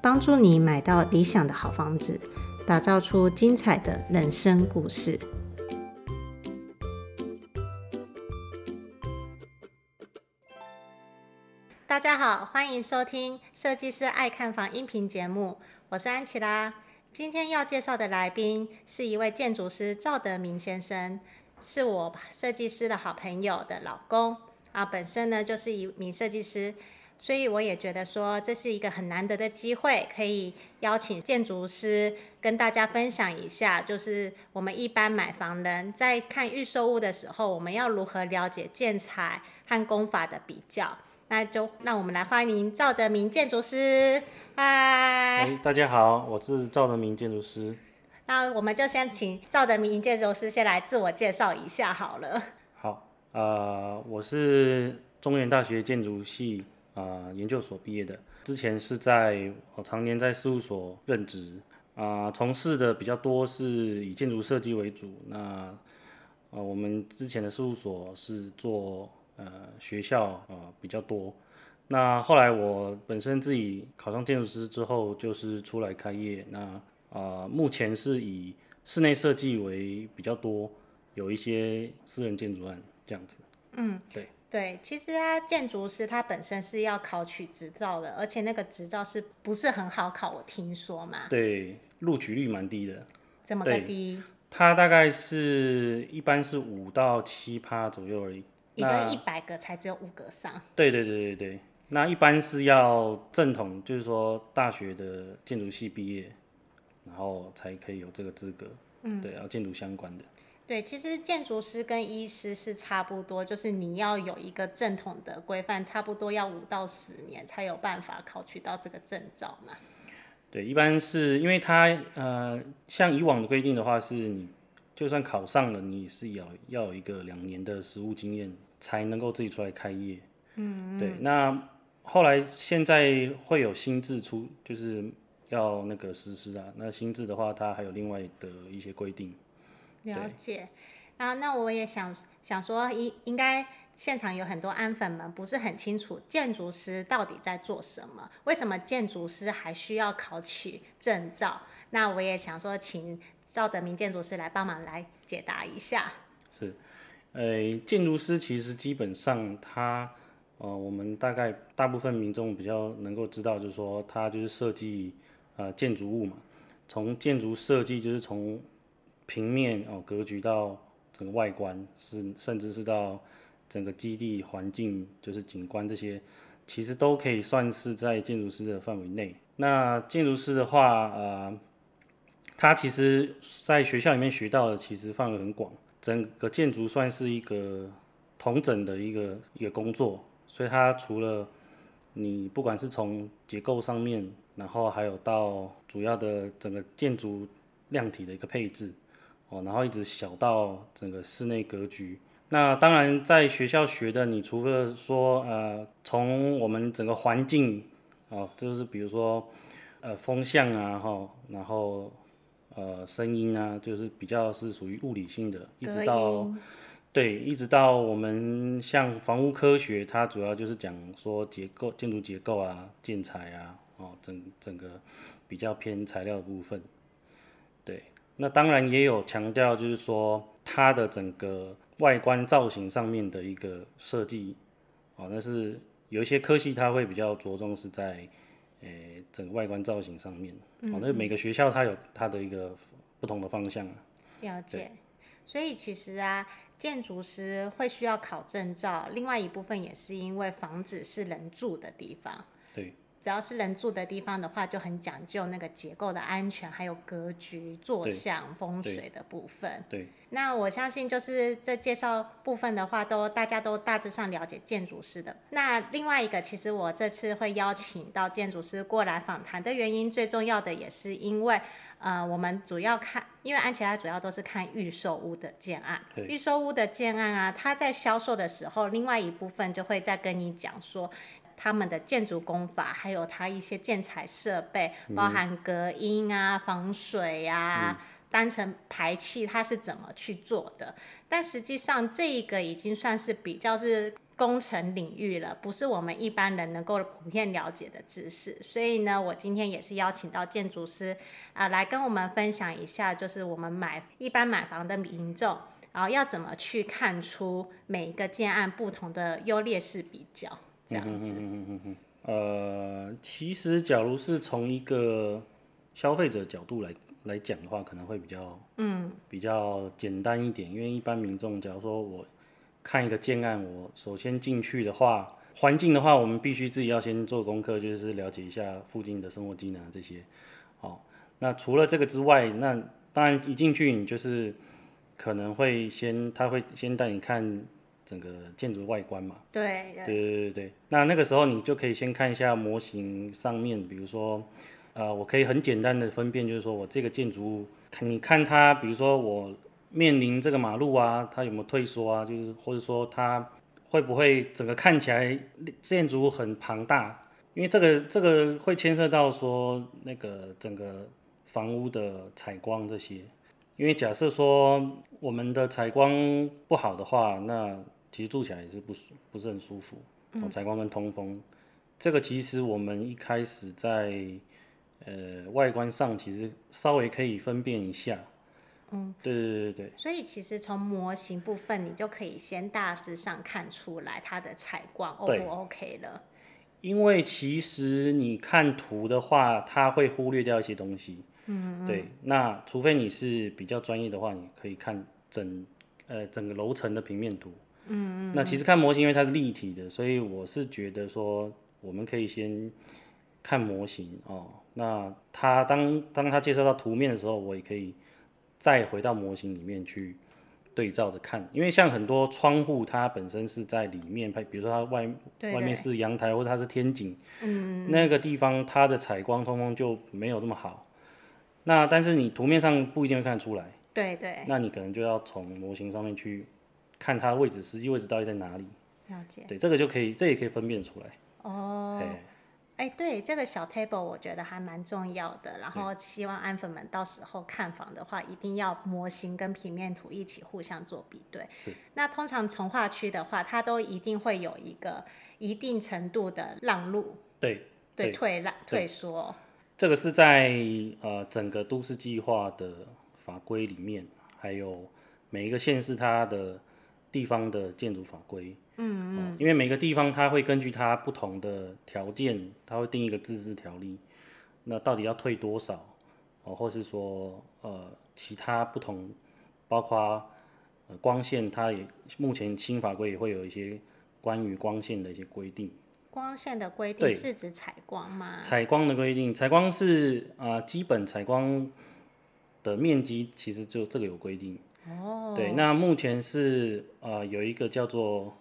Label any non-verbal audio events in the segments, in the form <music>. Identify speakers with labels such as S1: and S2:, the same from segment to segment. S1: 帮助你买到理想的好房子，打造出精彩的人生故事。大家好，欢迎收听《设计师爱看房》音频节目，我是安琪拉。今天要介绍的来宾是一位建筑师赵德明先生，是我设计师的好朋友的老公啊，本身呢就是一名设计师，所以我也觉得说这是一个很难得的机会，可以邀请建筑师跟大家分享一下，就是我们一般买房人在看预售物的时候，我们要如何了解建材和工法的比较。那就让我们来欢迎赵德明建筑师，嗨。
S2: 哎，大家好，我是赵德明建筑师。
S1: 那我们就先请赵德明建筑师先来自我介绍一下好了。
S2: 好，呃，我是中原大学建筑系啊、呃研究所毕业的，之前是在我常年在事务所任职啊、从事的比较多是以建筑设计为主。那啊、呃我们之前的事务所是做呃学校啊、呃比较多。那后来我本身自己考上建筑师之后，就是出来开业。那啊、呃目前是以室内设计为比较多，有一些私人建筑案这样子。
S1: 对，其实他建筑师他本身是要考取执照的，而且那个执照是不是很好考？我听说嘛，
S2: 对，录取率蛮低的，
S1: 这么个
S2: 对
S1: 低，
S2: 它大概是一般是五到七趴左右而已。
S1: 也就
S2: 那
S1: 一啊百个才只有五个上。
S2: 对对对对对，那一般是要正统，就是说大学的建筑系毕业，然后才可以有这个资格。嗯，对，要建筑相关的。
S1: 对，其实建筑师跟医师是差不多，就是你要有一个正统的规范，差不多要五到十年才有办法考取到这个证照嘛。
S2: 对，一般是因为它呃，像以往的规定的话，是你就算考上了，你也是要要有一个两年的实务经验，才能够自己出来开业。嗯，对。那后来现在会有新制出，就是要那个实施啊。那新制的话，它还有另外的一些规定。
S1: 了解，然后那我也想想说，应应该现场有很多安粉们不是很清楚建筑师到底在做什么，为什么建筑师还需要考取证照？那我也想说，请赵德明建筑师来帮忙来解答一下。
S2: 是，呃，建筑师其实基本上他，呃，我们大概大部分民众比较能够知道，就是说他就是设计呃建筑物嘛，从建筑设计就是从平面哦、格局到整个外观，是甚至是到整个基地环境，就是景观这些，其实都可以算是在建筑师的范围内。那建筑师的话，呃，他其实在学校里面学到的其实范围很广。整个建筑算是一个同整的一个一个工作，所以它除了你不管是从结构上面，然后还有到主要的整个建筑量体的一个配置，哦，然后一直小到整个室内格局。那当然，在学校学的，你除了说呃，从我们整个环境哦，就是比如说呃风向啊，哈，然后呃声音啊，就是比较是属于物理性的，一
S1: 隔
S2: 直到
S1: 音
S2: 对，一直到我们像房屋科学，它主要就是讲说结构、建筑结构啊、建材啊，哦，整整个比较偏材料的部分。对，那当然也有强调，就是说它的整个外观造型上面的一个设计，哦，那是有一些科系它会比较着重是在，诶、整个外观造型上面。哦，那每个学校它有它的一个不同的方向啊。
S1: 了解，所以其实啊，建筑师会需要考证照，另外一部分也是因为房子是人住的地方，
S2: 对，
S1: 只要是人住的地方的话，就很讲究那个结构的安全，还有格局、坐
S2: 对
S1: 向、风
S2: 对
S1: 水的部分。
S2: 对，
S1: 那我相信就是这介绍部分的话，都大家都大致上了解建筑师的。那另外一个，其实我这次会邀请到建筑师过来访谈的原因，最重要的也是因为，呃，我们主要看，因为安琪拉主要都是看预售屋的建案，
S2: 对
S1: 预售屋的建案啊，它在销售的时候，另外一部分就会再跟你讲说。他们的建筑工法，还有它一些建材设备，包含隔音啊、防水啊、单层排气它是怎么去做的，但实际上这一个已经算是比较是工程领域了，不是我们一般人能够普遍了解的知识。所以呢，我今天也是邀请到建筑师啊、来跟我们分享一下，就是我们买一般买房的民众，然后要怎么去看出每一个建案不同的优劣势比较，这样子。
S2: 呃，其实假如是从一个消费者角度来来讲的话，可能会比较嗯比较简单一点，因为一般民众假如说我看一个建案，我首先进去的话，环境的话，我们必须自己要先做功课，就是了解一下附近的生活机能啊这些。哦，那除了这个之外，那当然一进去你就是可能会先他会先带你看整个建筑外观嘛。
S1: 对对
S2: 对对对对，那那个时候你就可以先看一下模型上面，比如说，呃，我可以很简单的分辨，就是说我这个建筑物，看你看它，比如说我面临这个马路啊，它有没有退缩啊，就是或者说它会不会整个看起来建筑物很庞大，因为这个这个会牵涉到说那个整个房屋的采光这些，因为假设说我们的采光不好的话，那其实住起来也是不舒不是很舒服。哦，采光跟通风，这个其实我们一开始在呃外观上其实稍微可以分辨一下。嗯，对对对对对。
S1: 所以其实从模型部分，你就可以先大致上看出来它的采光 O
S2: 对
S1: 不 OK 了。
S2: 因为其实你看图的话，它会忽略掉一些东西。嗯对，那除非你是比较专业的话，你可以看整呃整个楼层的平面图。嗯嗯。那其实看模型，因为它是立体的，所以我是觉得说，我们可以先看模型哦。那他当当他介绍到图面的时候，我也可以再回到模型里面去对照着看，因为像很多窗户它本身是在里面拍，比如说它外
S1: 对
S2: 外面
S1: 对
S2: 是阳台或者它是天井，嗯，那个地方它的采光通风就没有这么好。那但是你图面上不一定会看得出来，
S1: 对对，
S2: 那你可能就要从模型上面去看它的位置，实际位置到底在哪里。
S1: 了解。
S2: 对，这个就可以，这也可以分辨出来。
S1: 哦，
S2: 哎
S1: 哎，对，这个小 table 我觉得还蛮重要的。然后希望安粉们到时候看房的话，一定要模型跟平面图一起互相做比对。那通常从化区的话，它都一定会有一个一定程度的让路，
S2: 对，
S1: 对
S2: 对
S1: 退让、
S2: 对
S1: 退缩。
S2: 这个是在呃整个都市计划的法规里面，还有每一个县市它的地方的建筑法规。嗯嗯、因为每个地方它会根据它不同的条件，它会定一个自治条例。那到底要退多少？哦，或是说呃其他不同，包括呃光线，它也目前新法规也会有一些关于光线的一些规定。
S1: 光线的规定
S2: 对
S1: 是指采光吗？
S2: 采光的规定，采光是啊、呃基本采光的面积其实就这个有规定。哦。对，那目前是啊有一个叫做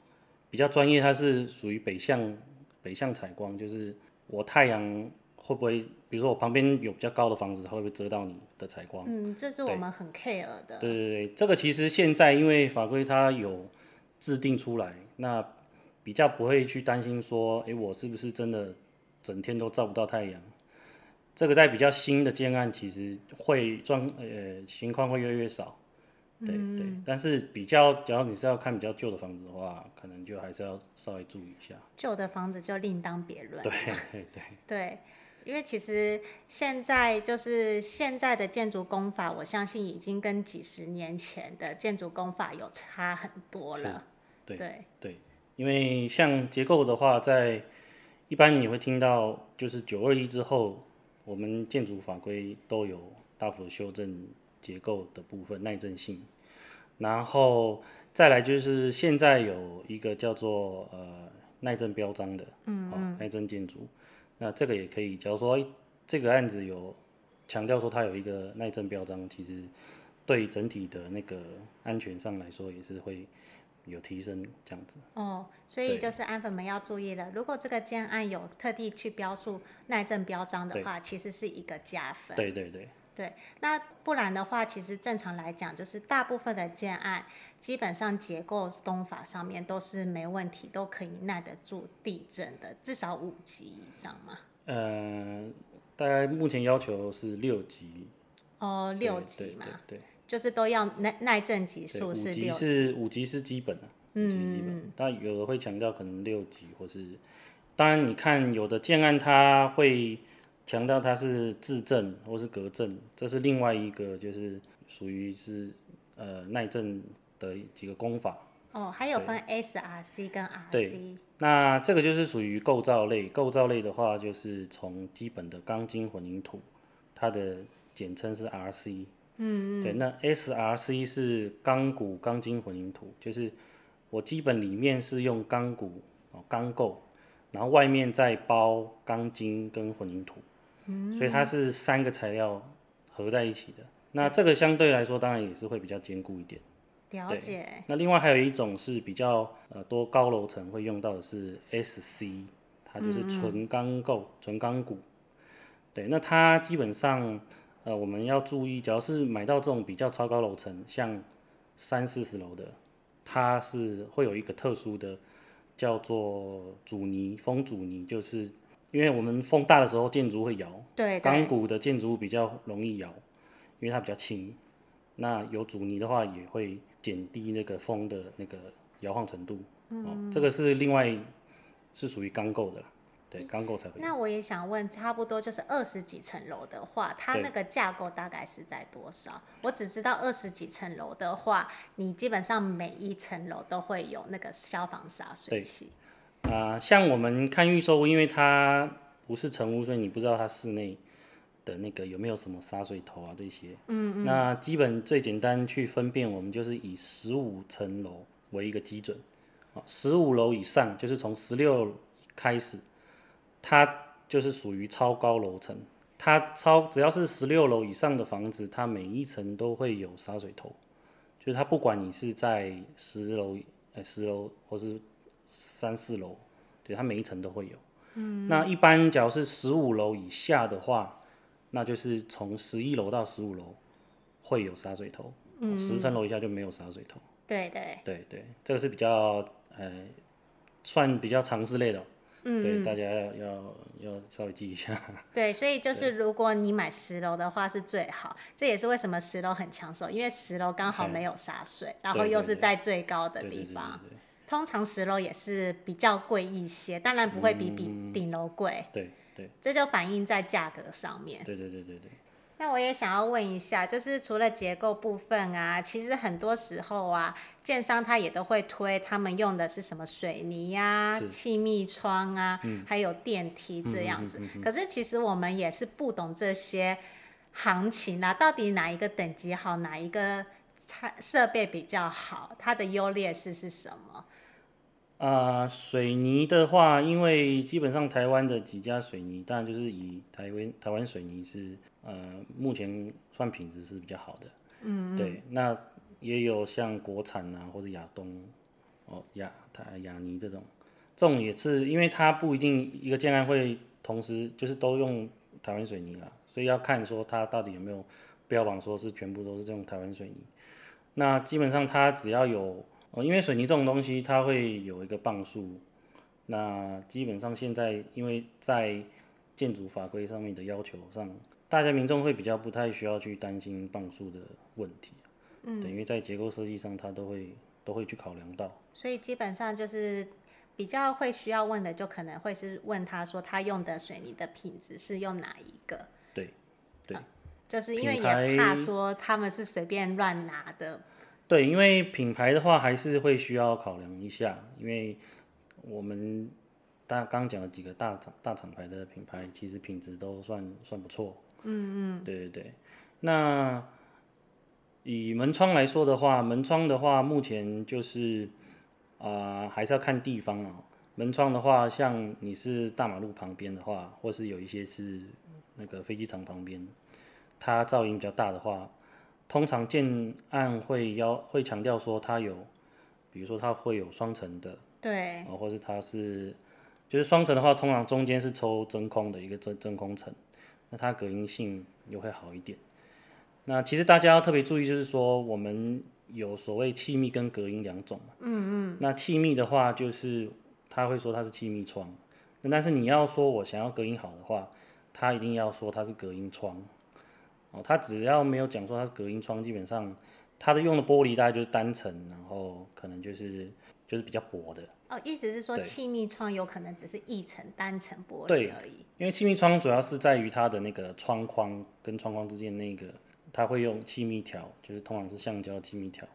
S2: 比较专业，它是属于北向北向采光，就是我太阳会不会，比如说我旁边有比较高的房子，它会不会遮到你的采光？
S1: 嗯，这是我
S2: 对
S1: 们很 care 的。
S2: 对对对，这个其实现在因为法规它有制定出来，那比较不会去担心说，诶，我是不是真的整天都照不到太阳？这个在比较新的建案，其实会状呃情况会越来越少。对对，但是比较，假如你是要看比较旧的房子的话，可能就还是要稍微注意一下。
S1: 旧的房子就另当别论。
S2: 对对对，
S1: 对，因为其实现在就是现在的建筑工法，我相信已经跟几十年前的建筑工法有差很多了。
S2: 对
S1: 对
S2: 因为像结构的话，在一般你会听到，就是九二一之后，我们建筑法规都有大幅修正结构的部分耐震性，然后再来就是现在有一个叫做呃耐震标章的，嗯嗯、耐震建筑，那这个也可以，假如说哎这个案子有强调说它有一个耐震标章，其实对整体的那个安全上来说也是会有提升这样子。
S1: 哦，所以就是安粉们要注意了，如果这个建案有特地去标注耐震标章的话，其实是一个加分。
S2: 对对对，
S1: 对，那不然的话，其实正常来讲，就是大部分的建案基本上结构工法上面都是没问题，都可以耐得住地震的，至少五级以上嘛。
S2: 呃，大概目前要求是六级，
S1: 哦，
S2: 对
S1: 六级嘛，，
S2: 对对对
S1: 就是都要耐耐震级
S2: 对，
S1: 数
S2: 五
S1: 是
S2: 级
S1: 六级。嗯
S2: 是五级是基本啊，五级基本，但有的会强调可能六级或是，当然你看有的建案它会强调它是自证或是隔证，这是另外一个就是属于是呃耐震的几个功法。
S1: 哦，还有分 SRC 跟 RC。
S2: 那这个就是属于构造类，构造类的话就是从基本的钢筋混凝土，它的简称是 RC。嗯对，那 SRC 是钢骨钢筋混凝土，就是我基本里面是用钢骨哦钢构，然后外面再包钢筋跟混凝土，嗯、所以它是三个材料合在一起的。那这个相对来说，当然也是会比较坚固一点。
S1: 了解。
S2: 那另外还有一种是比较呃多高楼层会用到的是 SC，它就是纯钢构、纯钢骨。对，那它基本上呃我们要注意，只要是买到这种比较超高楼层，像三四十楼的，它是会有一个特殊的叫做阻尼风阻尼，就是因为我们风大的时候建筑会摇，
S1: 对
S2: 钢
S1: 对，
S2: 骨的建筑物比较容易摇，因为它比较轻。那有阻尼的话，也会减低那个风的那个摇晃程度。哦，这个是另外是属于钢构的啦，对，钢构才会。
S1: 那我也想问，差不多就是二十几层楼的话，它
S2: 对
S1: 那个架构大概是在多少？我只知道二十几层楼的话，你基本上每一层楼都会有那个消防洒水
S2: 对
S1: 器。
S2: 啊、像我们看预售屋，因为它不是成屋，所以你不知道它室内的那个有没有什么洒水头啊这些。嗯嗯。那基本最简单去分辨，我们就是以十五层楼为一个基准，啊，十五楼以上就是从十六开始，它就是属于超高楼层。它超只要是十六楼以上的房子，它每一层都会有洒水头，就是它不管你是在十楼、呃十楼或是三四楼，对，它每一层都会有。嗯，那一般假如是十五楼以下的话，那就是从十一楼到十五楼会有洒水头，嗯，十层楼以下就没有洒水头。
S1: 对
S2: <laughs>
S1: 对，
S2: 对对，这个是比较呃，算比较常识类的哦，对，
S1: 嗯，
S2: 大家要要要稍微记一下。
S1: 对，所以就是如果你买十楼的话是最好，这也是为什么十楼很抢手，因为十楼刚好
S2: 嗯
S1: 没有洒水，然
S2: 对
S1: 后又
S2: 对
S1: 是
S2: 对
S1: 在最高
S2: 对
S1: 的
S2: 对对
S1: 地
S2: 对
S1: 方。
S2: 对
S1: 通常十楼也是比较贵一些，当然不会比比顶楼贵，
S2: 对嗯对
S1: 这就反映在价格上面。
S2: 对对对对对，
S1: 那我也想要问一下，就是除了结构部分啊，其实很多时候啊，建商他也都会推他们用的是什么水泥呀、
S2: 是
S1: 气密窗啊，还有电梯这样子。可是其实我们也是不懂这些行情啊，到底哪一个等级好，哪一个产设备比较好，它的优劣势是什么？
S2: 啊、水泥的话，因为基本上台湾的几家水泥，当然就是以台湾台湾水泥是呃目前算品质是比较好的，嗯，对，那也有像国产啊或者亚东哦亚台亚泥这种，这种也是因为它不一定一个建案会同时就是都用台湾水泥啦，所以要看说它到底有没有标榜说是全部都是用台湾水泥。那基本上它只要有，呃，因为水泥这种东西它会有一个磅数，那基本上现在因为在建筑法规上面的要求上，大家民众会比较不太需要去担心磅数的问题，嗯，对，因为在结构设计上它都会都会去考量到，
S1: 所以基本上就是。比较会需要问的，就可能会是问他说他用的水泥的品质是用哪一个，啊
S2: 对，对。
S1: 就是因为也
S2: 品牌
S1: 怕说他们是随便乱拿的，
S2: 对，因为品牌的话还是会需要考量一下，因为我们大刚讲的几个大厂大厂牌的品牌，其实品质都算算不错。嗯嗯，对对对。那以门窗来说的话，门窗的话，目前就是啊、还是要看地方啊。门窗的话，像你是大马路旁边的话，或是有一些是那个飞机场旁边，它噪音比较大的话，通常建案会要会强调说它有，比如说它会有双层的，
S1: 对，
S2: 哦，或是它是就是双层的话，通常中间是抽真空的一个真真空层，那它隔音性又会好一点。那其实大家要特别注意，就是说我们有所谓气密跟隔音两种嘛。嗯嗯。那气密的话，就是他会说它是气密窗，那但是你要说我想要隔音好的话，他一定要说它是隔音窗。哦，他只要没有讲说它是隔音窗，基本上它的用的玻璃大概就是单层，然后可能就是就是比较薄的。
S1: 哦，意思是说
S2: 对
S1: 气密窗有可能只是一层单层玻
S2: 对
S1: 璃而已。
S2: 因为气密窗主要是在于它的那个窗框跟窗框之间那个，它会用气密条，就是通常是橡胶气密条，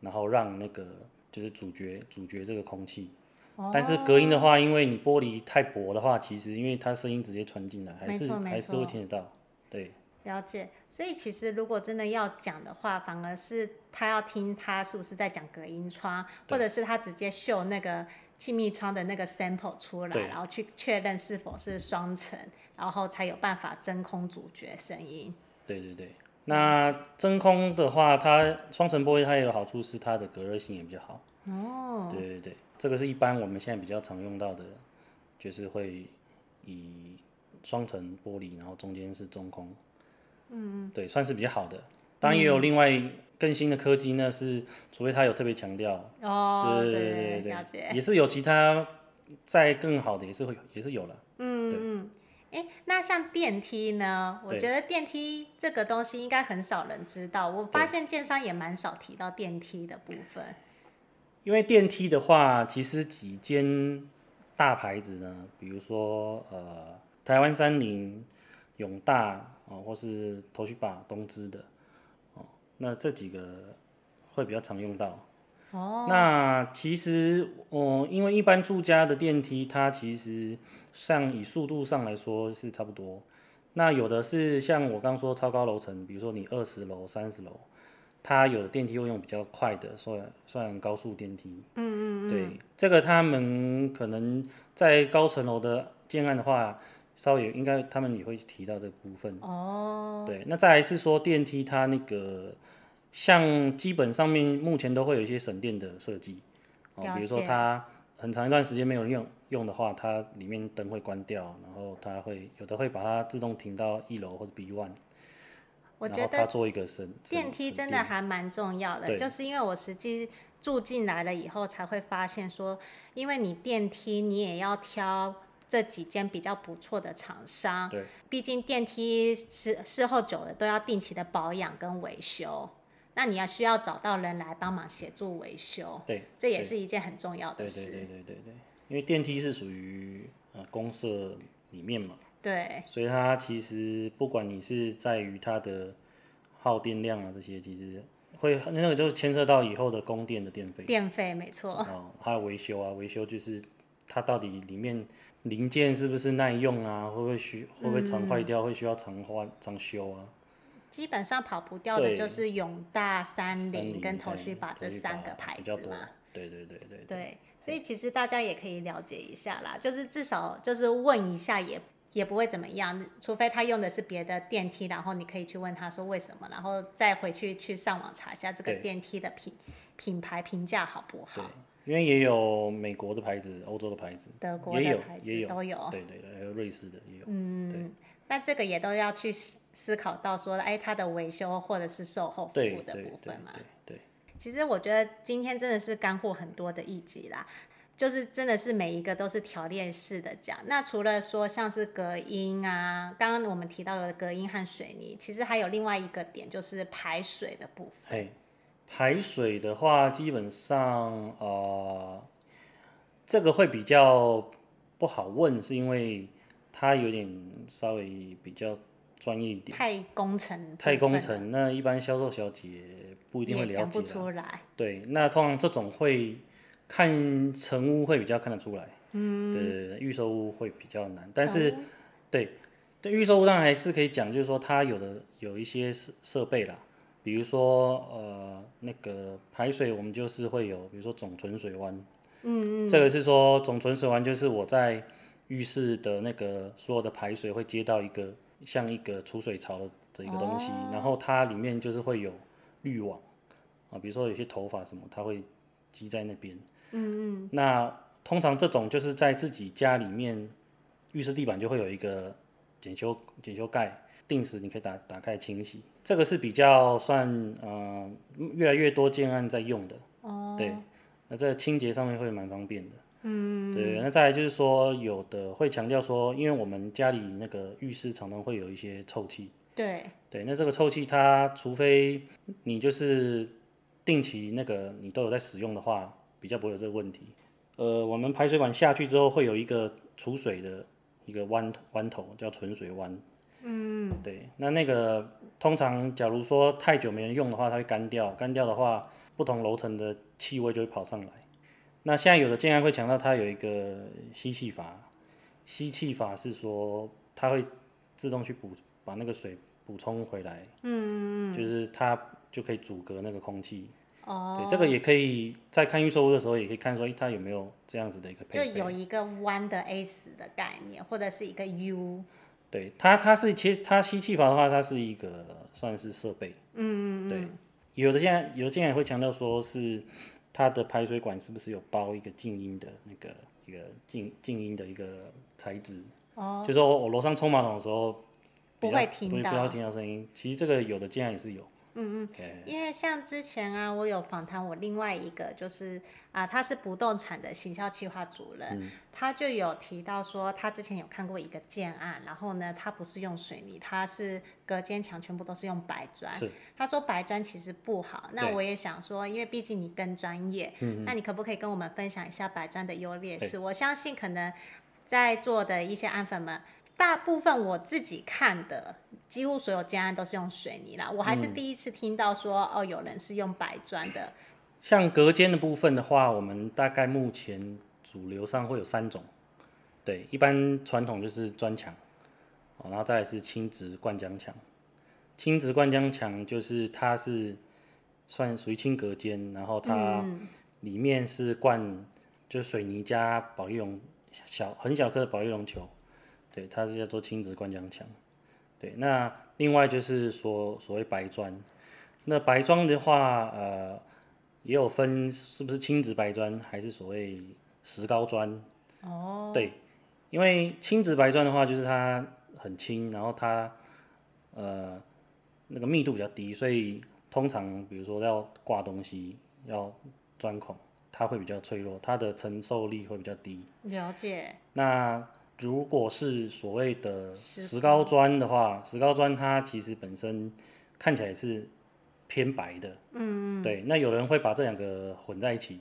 S2: 然后让那个就是阻绝阻绝这个空气。
S1: 哦
S2: 但是隔音的话，因为你玻璃太薄的话，其实因为它声音直接传进来，还
S1: 没
S2: 是
S1: 错没
S2: 还是
S1: 错
S2: 会听得到。对，
S1: 了解，所以其实如果真的要讲的话，反而是他要听他是不是在讲隔音窗，或
S2: 对
S1: 者是他直接秀那个气密窗的那个 sample 出来，
S2: 对
S1: 然后去确认是否是双层，然后才有办法真空阻绝声音。
S2: 对对对。那真空的话，它双层玻璃它也有好处是它的隔热性也比较好。
S1: 哦，
S2: 对对对，这个是一般我们现在比较常用到的，就是会以双层玻璃，然后中间是中空，嗯，对，算是比较好的。当然也有另外更新的科技呢，是除非它有特别强调，
S1: 哦，
S2: 对对
S1: 对
S2: 对对
S1: 了解。
S2: 也是有其他再更好的，也是会有也是有了。
S1: 哎，那像电梯呢？我
S2: 对
S1: 觉得电梯这个东西应该很少人知道，我发现建商也蛮少提到电梯的部分。
S2: 因为电梯的话，其实几间大牌子呢，比如说呃台湾三菱、永大哦、或是头绪把东芝的哦，那这几个会比较常用到。
S1: 哦，
S2: 那其实哦、因为一般住家的电梯，它其实像以速度上来说是差不多。那有的是像我刚说超高楼层，比如说你二十楼、三十楼，它有的电梯会用比较快的，算算高速电梯。嗯嗯嗯。对，这个他们可能在高层楼的建案的话，稍微有应该他们也会提到这个部分。
S1: 哦，
S2: 对，那再来是说电梯它那个，像基本上面目前都会有一些省电的设计，哦，
S1: 了
S2: 比如说
S1: 解
S2: 它很长一段时间没有人用用的话，它里面灯会关掉，然后它会有的会把它自动停到一楼或者 B one，
S1: 我
S2: 然
S1: 觉
S2: 后
S1: 得
S2: 它做一个省省
S1: 电梯
S2: 省
S1: 真的
S2: 电
S1: 还蛮重要的，
S2: 对
S1: 就是因为我实际住进来了以后，才会发现说，因为你电梯你也要挑这几间比较不错的厂商，
S2: 对
S1: 毕竟电梯事事后久了都要定期的保养跟维修，那你要需要找到人来帮忙协助维修，
S2: 对，
S1: 哦这也
S2: 对
S1: 是一件很重要的
S2: 对对
S1: 事。
S2: 对对对对，因为电梯是属于呃公社里面嘛，
S1: 对
S2: 所以它其实不管你是在于它的耗电量啊这些，其实会那个就牵涉到以后的供电的电费
S1: 电费没错，
S2: 哦，还有维修啊，维修就是它到底里面零件是不是耐用啊，会不会需会不会常坏
S1: 嗯
S2: 掉，会需要常换常修啊？
S1: 基本上跑不掉的
S2: 对
S1: 就是永大、三
S2: 三
S1: 菱
S2: 菱
S1: 跟
S2: 哎
S1: 头绪把这三个
S2: 吧
S1: 牌
S2: 比
S1: 子
S2: 较多
S1: 嘛。，
S2: 对对对对对
S1: 对，所以其实大家也可以了解一下啦，就是至少就是问一下也也不会怎么样，除非他用的是别的电梯，然后你可以去问他说为什么，然后再回去去上网查一下这个
S2: 对
S1: 电梯的品品牌评价好不
S2: 对
S1: 好，，
S2: 因为也有美国的牌子、欧洲的牌子，
S1: 德国
S2: 也
S1: 的
S2: 有
S1: 牌
S2: 也
S1: 子
S2: 有，
S1: 都有。
S2: 对对对，还有瑞士的也有，对
S1: 嗯，那这个也都要去思思考到说，哎，它的维修或者是售后服
S2: 对
S1: 务
S2: 对
S1: 的
S2: 对
S1: 部
S2: 对
S1: 分嘛。
S2: 对。
S1: 其实我觉得今天真的是干货很多的一集啦，就是真的是每一个都是条列式的讲。那除了说像是隔音啊，刚刚我们提到的隔音和水泥，其实还有另外一个点就是排水的部分。
S2: 嘿，排水的话，基本上呃，这个会比较不好问，是因为它有点稍微比较专业一点，
S1: 太工程，
S2: 太工，程，那一般销售小姐不一定会
S1: 也
S2: 了
S1: 讲不
S2: 解啊啦。
S1: 出来。
S2: 对，那通常这种会看成屋会比较看得出来，嗯，对对对，预售屋会比较难，但是
S1: 成屋
S2: 对，对预售屋当然还是可以讲，就是说它有的有一些设设备啦，比如说呃那个排水，我们就是会有，比如说总存水弯，嗯嗯，这个是说总存水完，就是我在浴室的那个所有的排水会接到一个像一个储水槽的这一个东西，然后它里面就是会有滤网啊，比如说有些头发什么，它会积在那边。嗯嗯，那通常这种就是在自己家里面浴室地板就会有一个检修检修盖，定时你可以打打开清洗。这个是比较算呃越来越多建案在用的，
S1: 哦，
S2: 对，那在清洁上面会蛮方便的。嗯，对。那再来就是说，有的会强调说，因为我们家里那个浴室常常会有一些臭气，
S1: 对，
S2: 对，那这个臭气它除非你就是定期那个你都有在使用的话，比较不会有这个问题。呃，我们排水管下去之后会有一个储水的一个弯弯头，叫存水弯。嗯，对，那那个通常假如说太久没人用的话，它会干掉，干掉的话，不同楼层的气味就会跑上来。那现在有的建安会强调它有一个吸气阀，吸气阀是说它会自动去补把那个水补充回来，嗯，就是它就可以阻隔那个空气。
S1: 哦，
S2: 对，这个也可以在看预售屋的时候，也可以看说诶它有没有这样子的一个
S1: 就
S2: 配备。
S1: 有一个弯的 S 的概念，或者是一个 U，
S2: 对它，它是其实它吸气阀的话，它是一个算是设备。嗯嗯对，有的现在有的现在也会强调说是它的排水管是不是有包一个静音的那个一个静静音的一个材质。哦。就说我楼上冲马桶的时候，比
S1: 不
S2: 较
S1: 会听
S2: 不会
S1: 到
S2: 不要听到声音。其实这个有的建案也是有。嗯嗯。
S1: 因为像之前啊，我有访谈我另外一个就是啊，他是不动产的行销企划主任，
S2: 嗯
S1: 他就有提到说，他之前有看过一个建案，然后呢，他不是用水泥，他是隔间墙全部都是用白砖
S2: 是。
S1: 他说白砖其实不好，那
S2: 对嗯
S1: 我也想说，因为毕竟你更专业，那你可不可以跟我们分享一下白砖的优劣势？我相信可能在座的一些安粉们。大部分我自己看的，几乎所有建案都是用水泥啦。我还
S2: 嗯
S1: 是第一次听到说，哦，有人是用白砖的。
S2: 像隔间的部分的话，我们大概目前主流上会有三种，对，一般传统就是砖墙，哦，然后再来是轻质灌浆墙。轻质灌浆墙就是它是算属于轻隔间，然后它里面是灌就是水泥加保丽龙小很小颗的保丽龙球，对，它是叫做轻质灌浆墙。对，那另外就是说所谓白砖，那白砖的话，呃。也有分是不是轻质白砖还是所谓石膏砖。哦，对，因为轻质白砖的话，就是它很轻，然后它呃那个密度比较低，所以通常比如说要挂东西、要钻孔，它会比较脆弱，它的承受力会比较低。
S1: 哦了解，
S2: 那如果是所谓的
S1: 石
S2: 石膏砖的话，石膏砖它其实本身看起来是偏白的，嗯，对。那有人会把这两个混在一起，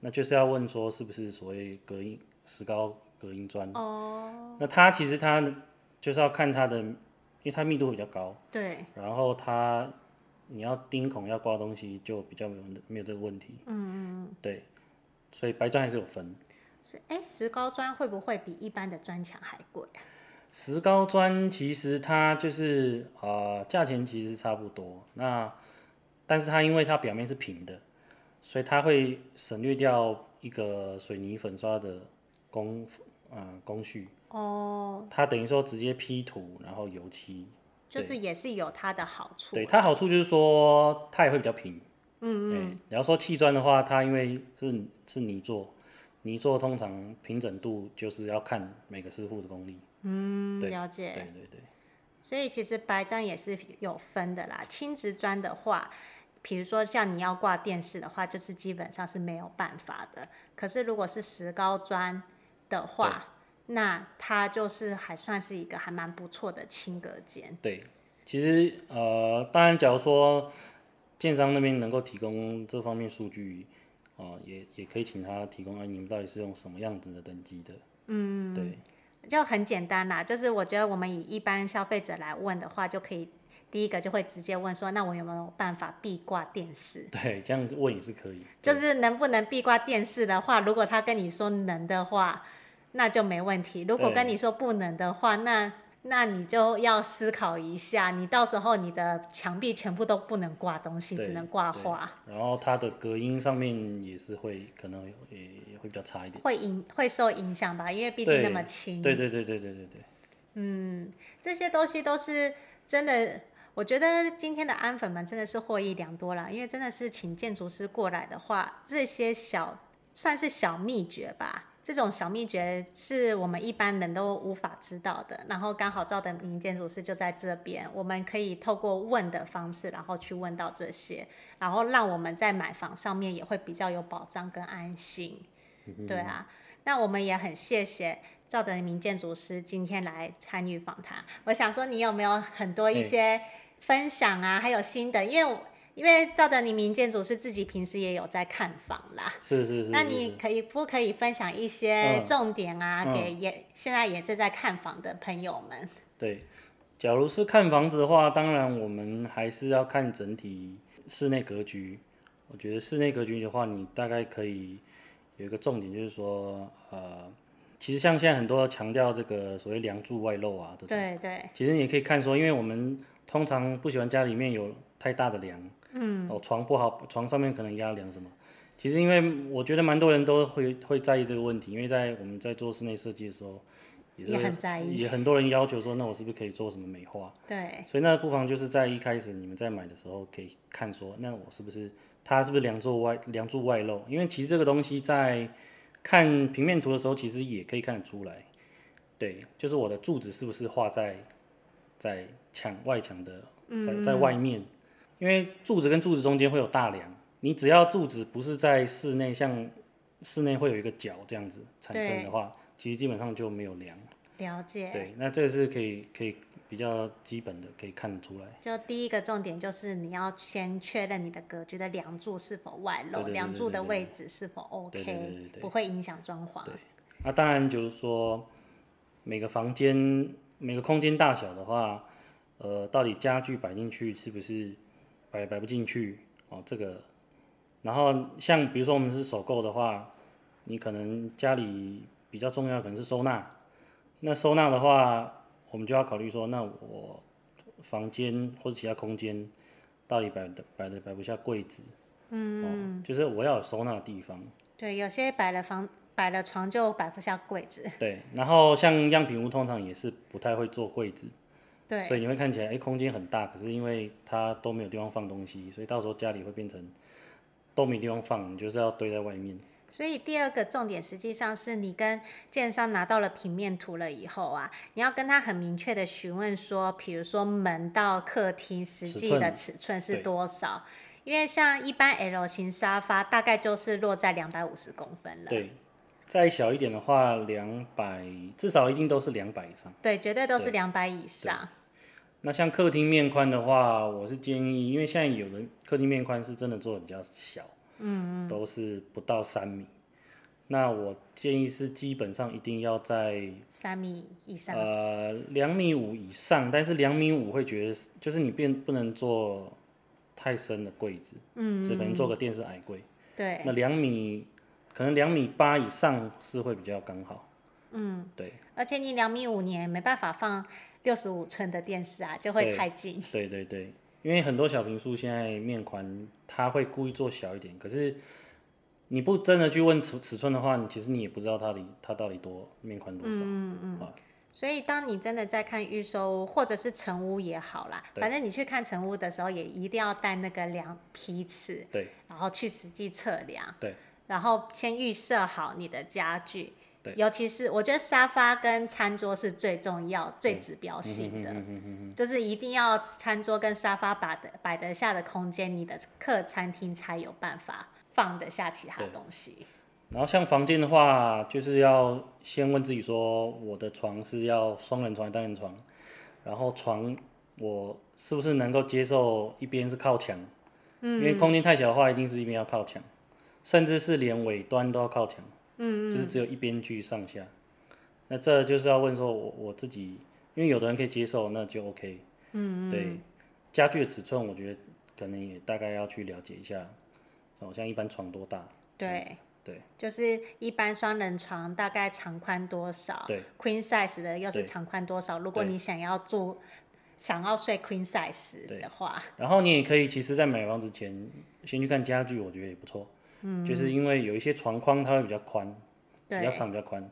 S2: 那就是要问说是不是所谓隔音石膏隔音砖？哦，那它其实它就是要看它的，因为它密度会比较高，
S1: 对，
S2: 然后它你要钉孔要挂东西就比较没有没有这个问题，嗯嗯，对。所以白砖还是有分。
S1: 所以哎，石膏砖会不会比一般的砖墙还贵啊？
S2: 石膏砖其实它就是呃，价钱其实差不多。那但是它因为它表面是平的，所以它会省略掉一个水泥粉刷的工呃工序。哦，它等于说直接 P 图，然后油漆。
S1: 就是也是有它的好处。
S2: 对，它好处就是说它也会比较平。嗯嗯。你要说砌砖的话，它因为是是泥做，泥做通常平整度就是要看每个师傅的功力。
S1: 嗯，
S2: 对
S1: 了
S2: 对
S1: 解。
S2: 对对。
S1: 所以其实白砖也是有分的啦。轻质砖的话，比如说像你要挂电视的话，就是基本上是没有办法的。可是如果是石膏砖的话，那它就是还算是一个还蛮不错的轻隔间。
S2: 对，其实呃，当然，假如说建商那边能够提供这方面数据，啊、也也可以请他提供，哎、你们到底是用什么样子的登记的？嗯，对，
S1: 就很简单啦，就是我觉得我们以一般消费者来问的话，就可以第一个就会直接问说，那我有没有办法壁挂电视？
S2: 对，这样问也是可以。
S1: 就
S2: 对
S1: 是能不能壁挂电视的话，如果他跟你说能的话，那就没问题；如果
S2: 对
S1: 跟你说不能的话，那那你就要思考一下，你到时候你的墙壁全部都不能挂东西，
S2: 对
S1: 只能挂
S2: 对
S1: 画，
S2: 然后它的隔音上面也是会可能也也会比较差一点。
S1: 会影会受影响吧，因为毕竟那
S2: 对
S1: 么轻。
S2: 对对对对对对对，
S1: 这些东西都是真的，我觉得今天的安粉们真的是获益良多啦，因为真的是请建筑师过来的话，这些小算是小秘诀吧。这种小秘诀是我们一般人都无法知道的，然后刚好赵德明建筑师就在这边，我们可以透过问的方式，然后去问到这些，然后让我们在买房上面也会比较有保障跟安心。对啊，那我们也很谢谢赵德明建筑师今天来参与访谈。我想说，你有没有很多一
S2: 哎
S1: 些分享啊，还有新的？因为我因为赵德明建筑师自己平时也有在看房啦。
S2: 是是是。
S1: 那
S2: 是
S1: 你
S2: 是
S1: 可以不可以分享一些
S2: 嗯
S1: 重点啊，
S2: 嗯
S1: 给也现在也正在看房的朋友们？
S2: 对，假如是看房子的话，当然我们还是要看整体室内格局。我觉得室内格局的话，你大概可以有一个重点，就是说，呃，其实像现在很多强调这个所谓梁柱外露啊这种，
S1: 对对，
S2: 其实你也可以看说，因为我们通常不喜欢家里面有太大的梁，嗯，哦，床不好，床上面可能压梁什么。其实因为我觉得蛮多人都会会在意这个问题，因为在我们在做室内设计的时候，也是
S1: 也
S2: 会
S1: 很在意
S2: 也很多人要求说，那我是不是可以做什么美化？
S1: 对
S2: 所以那不妨就是在一开始你们在买的时候可以看说，那我是不是它是不是梁柱外梁柱外露？因为其实这个东西在看平面图的时候，其实也可以看得出来。对，就是我的柱子是不是画在在墙外墙的，
S1: 嗯
S2: 在在外面，因为柱子跟柱子中间会有大梁，你只要柱子不是在室内，像室内会有一个角这样子产生
S1: 对
S2: 的话，其实基本上就没有梁。
S1: 了解。
S2: 对，那这个是可以可以比较基本的可以看得出来。
S1: 就第一个重点就是你要先确认你的格局的梁柱是否外
S2: 对
S1: 露，
S2: 对对
S1: 梁
S2: 对
S1: 柱
S2: 对
S1: 的
S2: 对
S1: 位置是否
S2: 对对
S1: OK，
S2: 对对
S1: 不会影响装潢。
S2: 那、当然就是说，每个房间每个空间大小的话，呃，到底家具摆进去是不是摆摆不进去哦？这个，然后像比如说我们是首购的话，你可能家里比较重要可能是收纳，那收纳的话，我们就要考虑说，那我房间或者其他空间到底摆的摆的摆不下柜子，嗯、哦，就是我要有收纳的地方。
S1: 对，有些摆了房摆了床就摆不下柜子，
S2: 对，然后像样品屋通常也是不太会做柜子，
S1: 对，
S2: 所以你会看起来哎、诶空间很大，可是因为它都没有地方放东西，所以到时候家里会变成都没地方放，你就是要堆在外面。
S1: 所以第二个重点实际上是你跟建商拿到了平面图了以后啊，你要跟他很明确的询问说，比如说门到客厅实际的尺寸是
S2: 对
S1: 多少，因为像一般 L 型沙发大概就是落在两百五十公分了，
S2: 对，再小一点的话，两百至少一定都是两百以上。
S1: 对，绝对都是两百以上，
S2: 那像客厅面宽的话，我是建议，因为现在有的客厅面宽是真的做的比较小，嗯，都是不到三米。那我建议是基本上一定要在
S1: 三米以上，
S2: 呃，两米五以上，但是两米五会觉得是就是你变不能做太深的柜子，嗯，就可能做个电视矮柜。
S1: 对。
S2: 那两米，可能两米八以上是会比较刚好。嗯，对
S1: 而且你两米五年没办法放六十五寸的电视啊，就会
S2: 对
S1: 太近。
S2: 对对对，因为很多小平数现在面宽，它会故意做小一点，可是你不真的去问尺尺寸的话，你其实你也不知道它里它到底多面宽多少。嗯嗯啊，
S1: 所以，当你真的在看预售屋或者是成屋也好啦，
S2: 对
S1: 反正你去看成屋的时候，也一定要带那个量皮尺，
S2: 对
S1: 然后去实际测量，
S2: 对，
S1: 然后先预设好你的家具。
S2: 对
S1: 尤其是我觉得沙发跟餐桌是最重要、
S2: 嗯
S1: 最指标性的，就是一定要餐桌跟沙发摆的摆得下的空间，你的客餐厅才有办法放得下其他
S2: 对
S1: 东西。
S2: 然后像房间的话，就是要先问自己说，我的床是要双人床还是单人床？然后床我是不是能够接受一边是靠墙？嗯，因为空间太小的话，一定是一边要靠墙，甚至是连尾端都要靠墙。嗯就是只有一边去上下。那这就是要问说我我自己，因为有的人可以接受，那就 OK。嗯对，家具的尺寸，我觉得可能也大概要去了解一下，哦，像一般床多大？这
S1: 对
S2: 样子，对
S1: 就是一般双人床大概长宽多少
S2: 对
S1: ，queen size 的又是
S2: 对
S1: 长宽多少。如果
S2: 对
S1: 你想要住，想要睡 queen size
S2: 对
S1: 的话，
S2: 然后你也可以，其实，在买房之前，先去看家具，我觉得也不错。嗯，就是因为有一些床框它会比较宽，比较
S1: 对，
S2: 长，比较宽。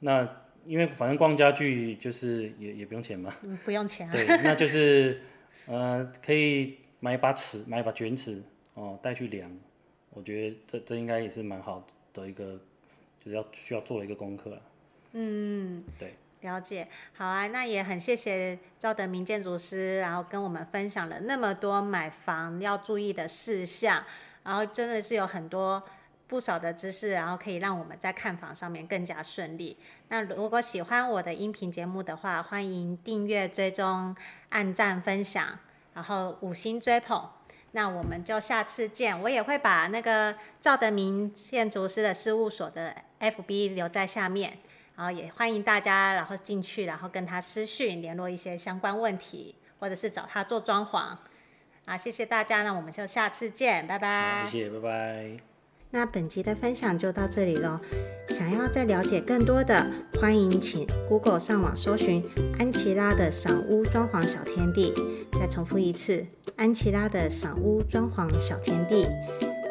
S2: 那因为反正逛家具就是也也不用钱嘛，
S1: 嗯不用钱啊。
S2: 对，那就是呃，可以买一把尺，买一把卷尺哦，带去量。我觉得这这应该也是蛮好的一个，就是要需要做的一个功课啦。
S1: 了解，好啊，那也很谢谢赵德明建筑师，然后跟我们分享了那么多买房要注意的事项，然后真的是有很多不少的知识，然后可以让我们在看房上面更加顺利。那如果喜欢我的音频节目的话，欢迎订阅、追踪、按赞、分享，然后五星追捧。那我们就下次见，我也会把那个赵德明建筑师的事务所的 FB 留在下面。然后也欢迎大家，然后进去，然后跟他私讯联络一些相关问题，或者是找他做装潢。啊，谢谢大家，那我们就下次见，拜拜
S2: 好，。谢谢，拜拜。
S1: 那本集的分享就到这里喽。想要再了解更多的，欢迎请 Google 上网搜寻安琪拉的赏屋装潢小天地。再重复一次，安琪拉的赏屋装潢小天地，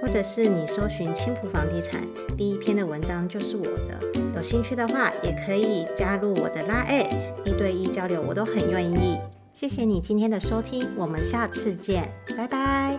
S1: 或者是你搜寻青浦房地产，第一篇的文章就是我的。有兴趣的话，也可以加入我的拉 A 一对一交流，我都很愿意。谢谢你今天的收听，我们下次见，拜拜。